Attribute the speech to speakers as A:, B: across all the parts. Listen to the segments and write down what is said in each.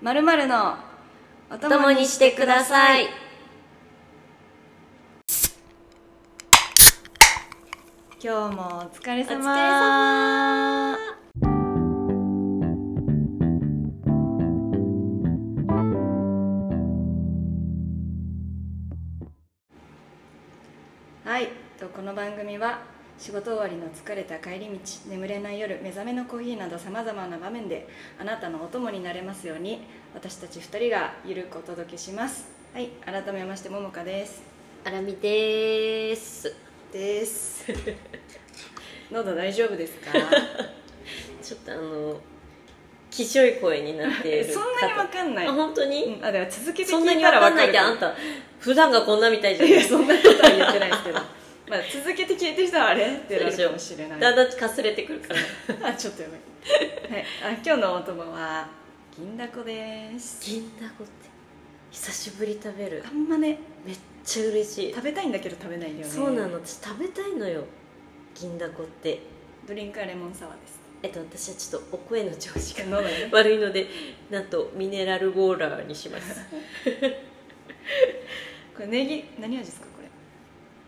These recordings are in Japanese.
A: まるまるのお
B: お供にしてください
A: 今日もお疲れ様
B: お疲
A: はいとこの番組は仕事終わりの疲れた帰り道眠れない夜目覚めのコーヒーなどさまざまな場面であなたのお供になれますように私たち2人がゆるくお届けしますはい改めましてももかです
B: あらみでーす
A: です 喉大丈夫ですか
B: ちょっとあのきしょい声になっている
A: そんなにわかんない
B: あ本当に、
A: うんあでも続けて
B: そんな
A: 聞い
B: に
A: た
B: わ
A: ら
B: か
A: わ
B: んないって
A: か
B: あ
A: る
B: んた普段がこんなみたいじゃ
A: いや
B: ん
A: そんなことは言ってないですけどまあ続けて聞いてる人はあれってなるかもしれない
B: だんだんかすれてくるか ら
A: あちょっとやばい、はい、あ今日のお供は銀だこです
B: 銀だこって久しぶり食べる
A: あんまね
B: めっちゃ嬉しい
A: 食べたいんだけど食べないんだよね
B: そうなの私食べたいのよ銀だこって
A: ドリンクはレモンサワーです
B: えっと私はちょっとお声の調子が
A: 飲むね
B: 悪いのでなんとミネラルウォーラーにします
A: これネギ何味ですかこれ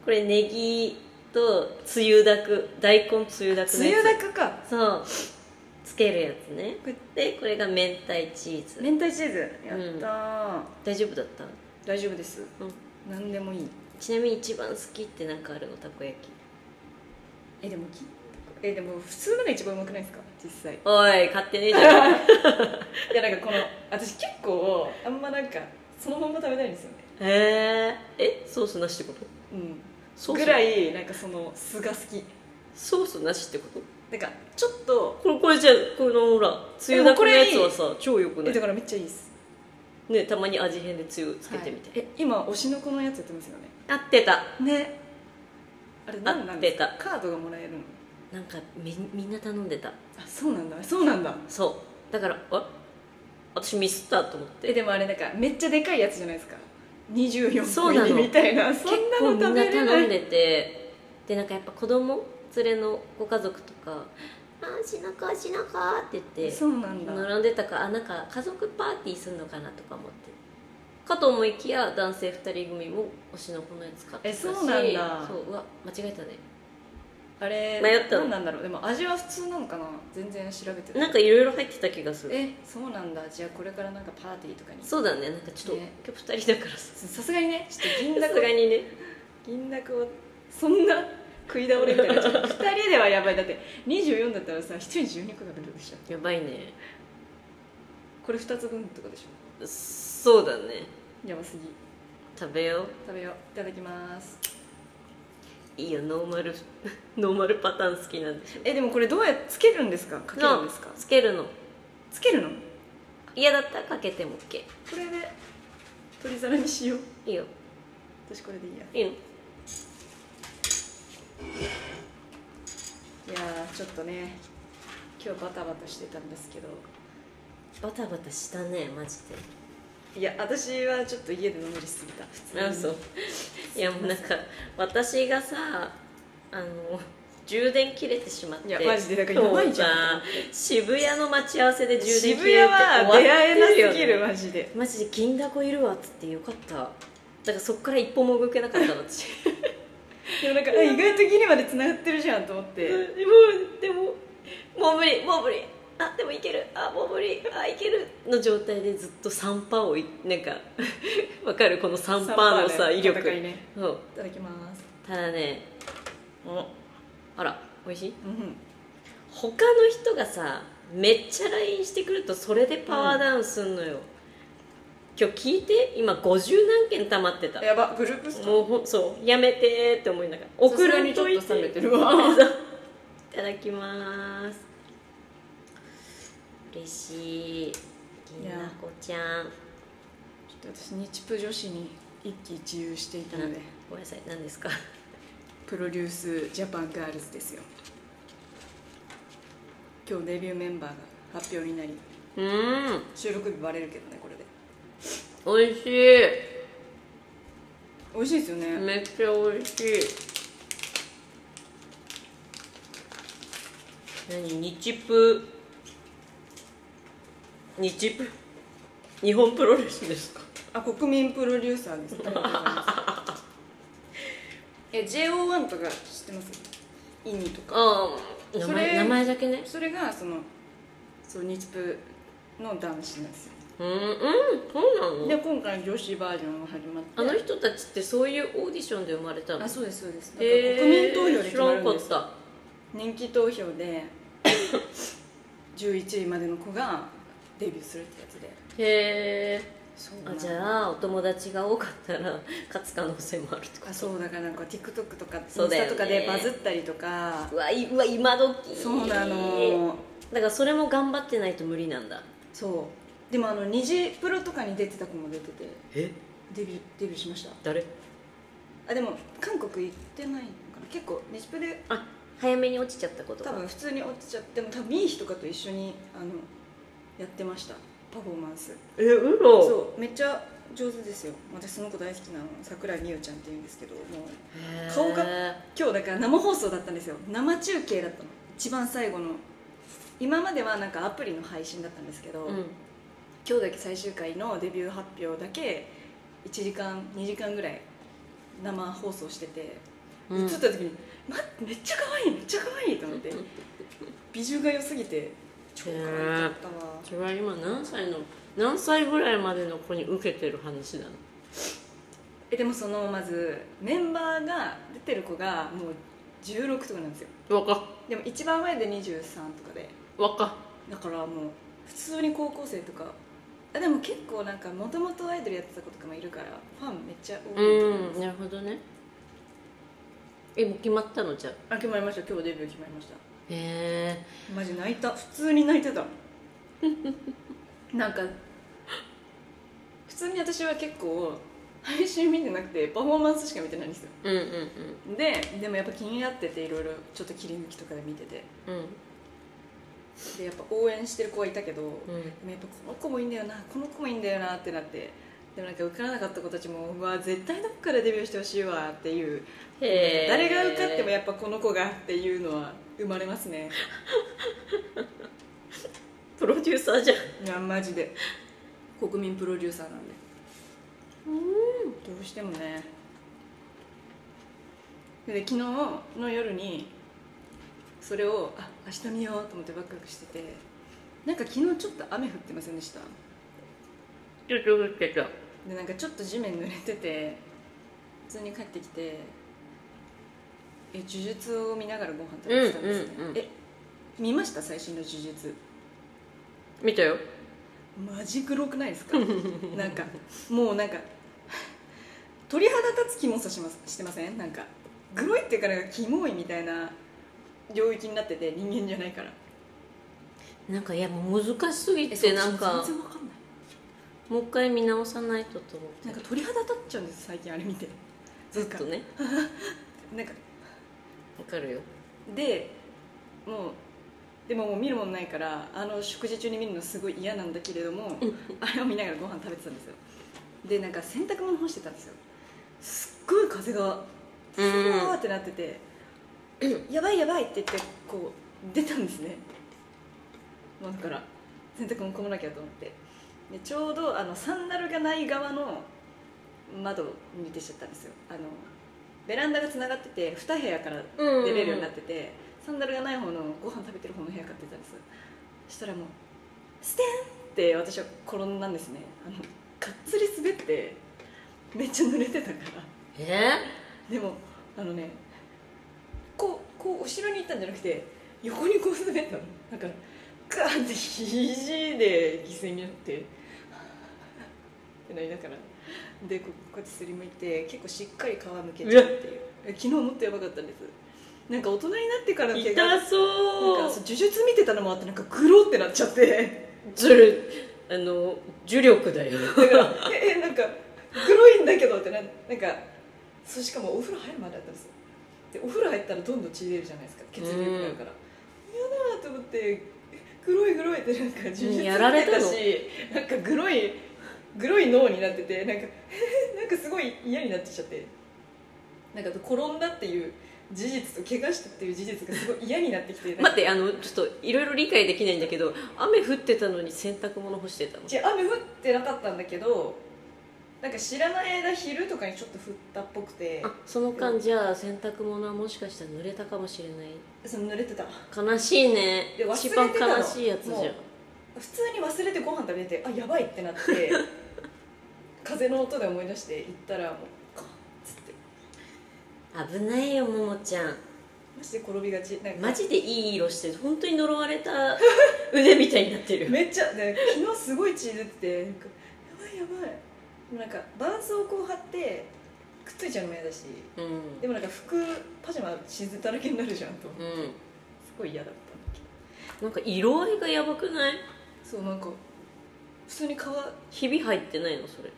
B: これネギとつゆだく大根つゆだくの
A: つ
B: や
A: ゆ
B: つ
A: だくか
B: そうつけるやつね
A: これ
B: でこれが明太チーズ
A: 明太チーズやったー、
B: 大丈夫だった、う
A: 大丈夫です
B: ん、
A: 何でもいい
B: ちなみに一番好きって何かあるのたこ焼き
A: えでもきえでも普通のが一番うまくないですか実際
B: おい買ってねえじゃん
A: いやなんかこの私結構あんまなんかそのまんま食べたいんですよね
B: へええソースなしってこと
A: うん
B: ソース
A: ぐらいなんかその酢が好き
B: ソースなしってこと
A: なんかちょっと
B: これこれじゃあこのほらつゆだくのやつはさ超よくな
A: えだ
B: い
A: からめっちゃいいです
B: ねたまに味変でつゆつけてみて、
A: はいえ今推しの子のやつやってますよね
B: 合ってた
A: ねあれ何なんです
B: あ
A: か
B: 出
A: カードがもらえるの
B: なんかみみんな頼んでた
A: あそうなんだそうなんだ
B: そうだからあ私ミスったと思っ
A: え
B: て
A: でもあれなんかめっちゃでかいやつじゃないですか24
B: そ
A: 個
B: うなの
A: 入りみたいなそ
B: 結
A: んな
B: 構
A: の
B: みん
A: 食
B: な
A: べれな
B: 頼ん
A: い
B: でてでなんかやっぱ子供連れのご家族とか「あーしなかしなか」って言って
A: そうなんだ
B: 並んでたからあなんか家族パーティーするのかなとか思ってかと思いきや男性2人組も推しの子のやつ買ってたし
A: えそうなんだ
B: そううわ間違えたね
A: あれ
B: 迷ったの
A: 何なんだろうでも味は普通なのかな全然調べてない
B: なんかいろいろ入ってた気がする
A: えそうなんだじゃあこれからなんかパーティーとかに
B: そうだねなんかちょっと、
A: ね
B: 今日2人だからさ
A: さすがにねちょっと銀だ
B: さ
A: こ
B: すがにね
A: 銀だこをそんな食い倒れみたいな2人ではやばいだって24だったらさ1人12個食べるでしょ
B: やばいね
A: これ2つ分とかでし
B: そうだね
A: ょやばすぎ
B: 食べよう
A: 食べよういただきます
B: いいよノーマル ノーマルパターン好きなんでしょ
A: えでもこれどうやってつけるんですかかけるんですか
B: つけるの
A: つけるのこ
B: 嫌だったらかけても OK
A: れで取り皿にしよう
B: いいよ
A: 私これでいいや
B: いいの
A: いやーちょっとね今日バタバタしてたんですけど
B: バタバタしたねマジ
A: いや私はちょっと家で飲みりすぎた普通
B: であそういやもうなんか私がさあの充電切れてしまって
A: いやマジでだからやばいじゃん
B: そうさ渋谷の待ち合わせで充電
A: 渋
B: 切
A: 谷
B: れて
A: は出会えなす
B: 終
A: ぎ
B: わって
A: る
B: よね
A: マジで
B: マジで銀だこいるわっつってよかっただからそっから一歩も動けなかったの私
A: でもなんかあ意外とギリまで繋がってるじゃんと思って、
B: でもでももう無理もう無理あでもいけるあもう無理あいけるの状態でずっと3パーをいなんか わかるこの3パーのさ
A: ね
B: 威力
A: 戦いね
B: そう
A: いただきます
B: ただね
A: お
B: あら美味しい
A: うん
B: 他の人がさめっちゃ LINE してくるとそれでパワーダウンすんのよ、今日聞いて今50何件溜まってた
A: やばグループス
B: もうほんそうやめてーって思いながら送るんとい
A: さすがにちょっ
B: て
A: と冷めてるわ
B: そういただきます嬉しい銀だこちゃん
A: ちょっと私日プ女子に一喜一憂していた
B: な
A: の
B: ん
A: で
B: ごめんなさい何ですか
A: プロデュースジャパンガールズですよ今日デビューメンバーが発表になり
B: うーん
A: 収録日バレるけどねこれで
B: 美味しい
A: 美味しいですよね、
B: めっちゃ美味しい何日プ日プ日本プロレスですか
A: あ国民プロデューサーですあ りがとうございますえ JO1 とか知ってますイニとか
B: ああ名
A: それ
B: 前名前だけね
A: それがそのそう日プの男子なんですよ、
B: うんうんそうなの
A: で今回女子バージョンが始まって
B: あの人たちってそういうオーディションで生まれたの
A: あそうですそうですだから
B: へー
A: 国民投票で
B: 知
A: 決ま
B: ら
A: るん
B: んか
A: で
B: っ
A: す
B: た
A: 人気投票で11位までの子がデビューするってやつで
B: へえ
A: そう
B: あじ
A: あ
B: ゃあお友達が多かったら 勝つ可能性もあるってこと
A: あそうだからなんか TikTok とかインス
B: そうだよ
A: タ
B: ね
A: とかでバズったりとか
B: うわいうわ今時
A: そうなの
B: だからそれも頑張ってないと無理なんだ
A: そうでもあの二次プロとかに出てた子も出てて
B: え
A: デビューデビューしました
B: 誰
A: あでも韓国行ってないのかな結構レシプで
B: あ早めに落ちちゃったことか
A: 多分普通に落ちちゃっても多分ミーヒとかと一緒にあのやってましたパフォーマンス
B: えうろ
A: そうめっちゃ上手ですよ私その子大好きなの桜井美桜ちゃんって言うんですけどもう顔が今日だから生放送だったんですよ生中継だったの一番最後の今まではなんかアプリの配信だったんですけど、
B: うん
A: 今日だけ最終回のデビュー発表だけ1時間2時間ぐらい生放送してて
B: うん
A: 映った時に、待ってめっちゃ可愛いめっちゃ可愛いと思って美女が良すぎて超可愛かったわ
B: それは今何歳の何歳ぐらいまでの子に受けてる話なの
A: えでもそのまずメンバーが出てる子がもう16とかなんですよ
B: 若
A: でも一番前で23とかで
B: 若
A: だからもう普通に高校生とかあでも結構なんかもともとアイドルやってた子とかもいるからファンめっちゃ多いと思います
B: うんなるほどねえもう決まったのじゃあ
A: あ決まりました今日デビュー決まりました
B: へえ
A: マジ泣いた普通に泣いてた なんか普通に私は結構配信見てなくてパフォーマンスしか見てないんですよ
B: うんうん
A: ででもやっぱ気になってていろいろちょっと切り抜きとかで見てて
B: うんうん
A: でやっぱ応援してる子はいたけど、で
B: うん
A: もやっぱこの子もいいんだよなこの子もいいんだよなってなってでもなんか受からなかった子たちもうわ絶対どっからデビューしてほしいわっていう
B: へえ
A: 誰が受かってもやっぱこの子がっていうのは生まれますね
B: プロデューサーじゃん
A: いやマジで国民プロデューサーなんでどうしてもねで昨日の夜にそれをあ明日見ようと思ってワクワクしててなんか昨日ちょっと雨降ってませんでした
B: ちょっと受けた
A: でなんかちょっと地面濡れてて普通に帰ってきてえ呪術を見ながらご飯食べてたんですね、
B: うんうんうん
A: え見ました最新の呪術
B: 見たよ
A: マジ黒くないです かなんかもうなんか鳥肌立つキモさしますしてませんなんかグロいっていうかなんかキモいみたいな領域になってて人間じゃないから
B: なんかいやもう難しすぎ
A: え
B: てなんか
A: 全然わかんない
B: もう一回見直さないとと思
A: なんか鳥肌立っちゃうんです最近あれ見てずっ
B: うとね
A: なんか
B: わかるよ
A: でもうでももう見るもんないからあの食事中に見るのすごい嫌なんだけれどもあれを見ながらご飯食べてたんですよでなんか洗濯物干してたんですよすっごい風がふわーってなってて「やばいやばい」って言ってこう出たんですねまあだから洗濯物こもなきゃと思ってでちょうどあのサンダルがない側の窓に出ちゃったんですよあのベランダがつながってて2部屋から出れるようになってて、サンダルがない方のご飯食べてる方の部屋買ってたんですそしたらもう「ステン!」って私は転んだんですねあのがっつり滑ってめっちゃ濡れてたから
B: え
A: でもあのねこうこう後ろに行ったんじゃなくて横にこう滑ったのなんかガーンって肘で犠牲になってってなりながらでこうこうやってすりむいて結構しっかり皮むけちゃうっていうえ昨日もっとやばかったんですなんか大人になってからの怪我
B: 痛そう
A: なんかそう呪術見てたのもあってなんかグロってなっちゃって
B: それあの呪力だよ
A: だからええなんかグロいんだけどってななんかそうしかもお風呂入るまでだったんですよでお風呂入ったらどんどん血出るじゃないですか血流があるから嫌だと思ってえグロいグロいってなんか充実
B: やられたの
A: しなんかグロいグロい脳になっててなんかなんかすごい嫌になってきちゃってなんか転んだっていう事実と怪我したっていう事実がすごい嫌になってきて
B: 待ってあのちょっといろいろ理解できないんだけど雨降ってたのに洗濯物干してたの
A: 違う雨降ってなかったんだけどなんか知らない間昼とかにちょっと降ったっぽくて
B: あその間じゃあ洗濯物はもしかしたら濡れたかもしれない
A: その濡れてた
B: 悲しいね
A: で忘れて
B: 一
A: た
B: 番
A: の
B: 悲しいやつじゃん
A: も普通に忘れてご飯食べてあやばいってなって 風の音で思い出して行ったらもうカッつって
B: 危ないよももちゃん
A: マジで転びがちなんか
B: マジでいい色してる本当に呪われた 腕みたいになってる
A: めっちゃで昨日すごい血出ててなんかやばいやばいでもなんか絆創膏貼ってくっついちゃうのも嫌だし
B: うん
A: でもなんか服パジャマ血だらけになるじゃんと思って
B: うん
A: すごい嫌だったんだけど
B: なんか色合いがやばくない
A: そうなんか普通に皮
B: ひび入ってないのそれ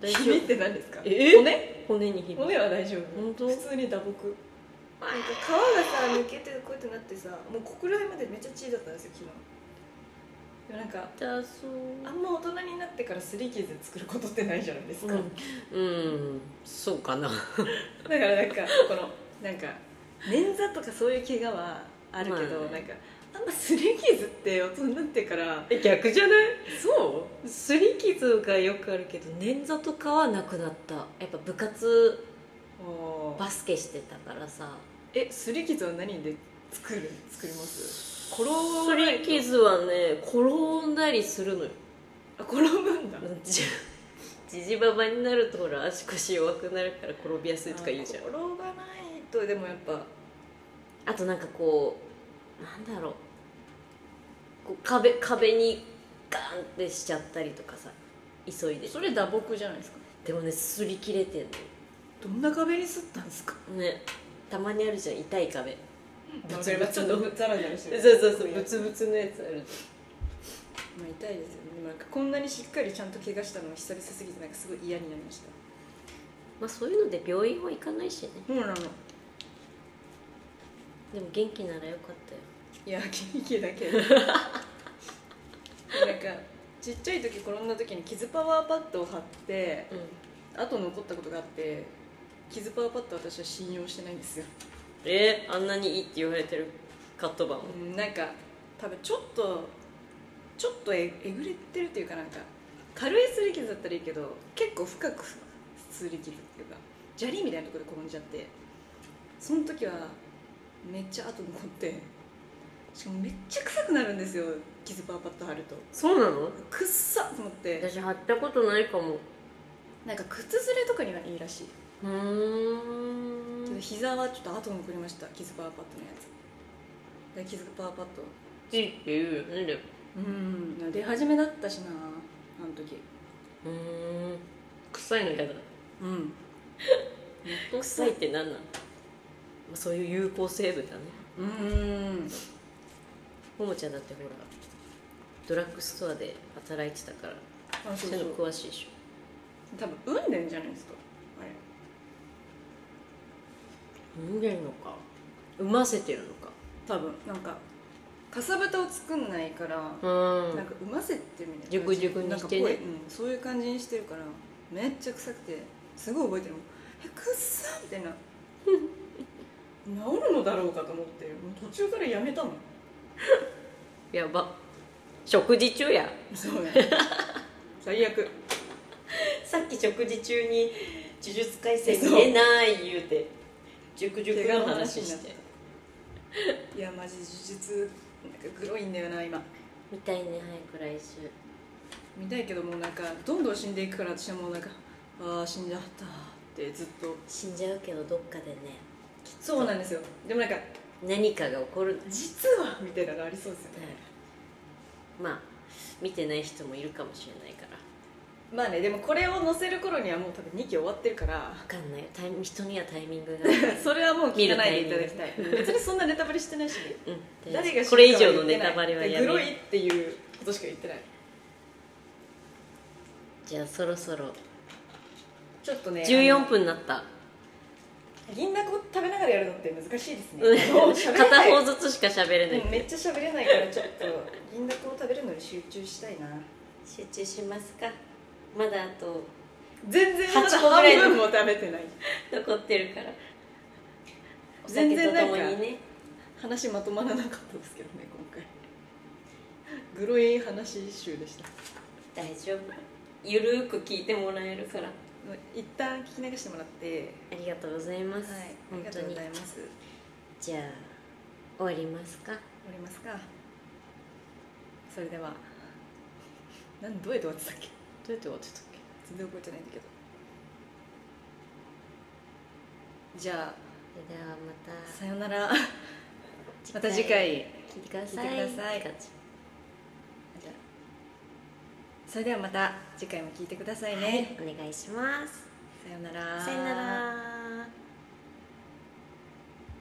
B: 大
A: ひ
B: 丈
A: びって何ですか
B: え
A: 骨
B: 夫骨にひび
A: 骨は大丈夫
B: 本当
A: 普通に打撲なんか皮がさ抜けてこうやってなってさもうここら辺までめっちゃ血だったんですよ昨日でもなんか
B: 痛そう
A: あんま大人になってからすり傷作ることってないじゃないですか、
B: うん、うん、そうかな
A: だからなんかこのなんか捻挫とかそういう怪我はあるけど、
B: まあね
A: なんかあんますり傷って大人になってから
B: え逆じゃない
A: そ
B: すり傷がよくあるけど捻挫とかはなくなったやっぱ部活
A: う
B: バスケしてたからさ
A: えすり傷は何で作る作ります転
B: す
A: ぶ
B: り傷はね転んだりするのよ
A: あ転ぶんだ
B: じじじばばになるとほら足腰弱くなるから転びやすいとか言うじゃん
A: あ転ばないとでもやっぱ
B: あとなんかこうなんだろうこう壁壁にガンってしちゃったりとかさ急いで
A: それ打撲じゃないですか
B: でもね擦り切れてん
A: どんな壁にすったんですか
B: のよねたまにあるじゃん痛い壁
A: わかりますちょっとザラザラして
B: そう
A: る
B: そうそう
A: こい
B: ブ
A: やつ
B: ツブツのやつある
A: まあ、痛いですよねでもなんかこんなにしっかりちゃんと怪我したのは久々すぎてなんかすごい嫌になりました
B: まあそういうので病院も行かないしね
A: そうなの
B: でも元気ならよかったよ
A: いや元気だけどなんかちっちゃい時転んだ時に傷パワーパッドを貼って
B: うん
A: あと残ったことがあって傷パワーパッド私は信用してないんですよ、
B: えーあんなにいいって言われてるカット版を
A: うん、なんか多分ちょっとちょっとええぐれてるっていうかなんか軽い擦り傷だったらいいけど結構深く擦り傷っていうか砂利みたいなところで転んじゃってその時はめっちゃ後残ってしかもめっちゃ臭くなるんですよ傷パワーパッド貼ると
B: そうなの
A: くっさと思って
B: 私貼ったことないかも
A: なんか靴擦れとかにはいいらしい、
B: う
A: ちょ
B: ー
A: っと
B: ん
A: 膝はちょっと後残りました傷パワーパッドのやつで傷パワーパッド
B: ちって言うよねでも
A: うん出始めだったしなあの時
B: うーん臭いの嫌だ
A: うん
B: 臭いって何なのまあそういう有効成分だね
A: うん
B: ももちゃんだってほらドラッグストアで働いてたから
A: あ
B: そ
A: そうう
B: い
A: そう
B: の
A: う
B: 詳しいでし
A: 多分産んでんじゃないですかあれ
B: ょ飲んでんのか産ませてるのか
A: 多分なんかかさぶたを作んないから、
B: う
A: なん
B: ー
A: か産ませてみたいな
B: ジュクジュクにしてね
A: なんかぽいうん、そういう感じにしてるからめっちゃ臭くてすごい覚えてるもんえくっさみたいな治るのだろうかと思ってもう途中からやめたもん
B: やば食事中や
A: そうね最悪
B: さっき食事中に「呪術廻戦見れない」言うて熟熟の話して
A: いやマジ呪術なんかグロいんだよな今
B: みたいね早く来週
A: 見たいけどもうなんかどんどん死んでいくから私はもうなんかああ死んじゃったってずっと
B: 死んじゃうけどどっかでね
A: そうなんですよでもなんか
B: 何かが起こるんだよ
A: 実はみたいなのありそうですよね
B: まあ見てない人もいるかもしれないから
A: まあねでもこれを載せる頃にはもう多分2期終わってるから
B: 分かんないよタイミ人にはタイミング がある
A: それはもう聞かないでいただきたい別にそんなネタバレしてないしね
B: うん大丈夫
A: 誰が知るかは言ってない
B: これ以上のネタバレはや
A: でグロ
B: め
A: い
B: る
A: っていうことしか言ってない
B: じゃあそろそろ
A: ちょっとね
B: 14
A: あ
B: 分になった
A: の銀だこ食べながらやるのって難しいですね
B: うん
A: もう喋れな
B: 片
A: い
B: 方ずつしか喋れない、
A: うんめっちゃ喋れないからちょっと銀だこを食べるのに集中したいな
B: 集中しますかまだあと
A: 全然
B: まだ
A: 半
B: 半
A: 分
B: 分
A: も食べてない
B: 残ってるから
A: お
B: 全
A: 酒と
B: 然なん
A: と
B: か
A: もにね話まとまらなかったですけどね今回グロい話集でした
B: 大丈夫ゆるく聞いてもらえるからあ
A: 一旦聞き流してもらって
B: りがとうございま
A: はい
B: す、
A: あ
B: 本
A: りが
B: 当
A: とうご
B: に
A: ざいます終
B: じゃあ終わりますか
A: わりますかそれではなんどうやって終わってたっけどうやって終わってたっけ全然覚えてないんだけどじゃあ
B: それではまた
A: さよならまた次回
B: 聞いてください
A: 聞いてください
B: って感じ
A: じゃあそれではまた次回も聞いてくださいね、
B: はい、お願いします
A: さよなら
B: さよなら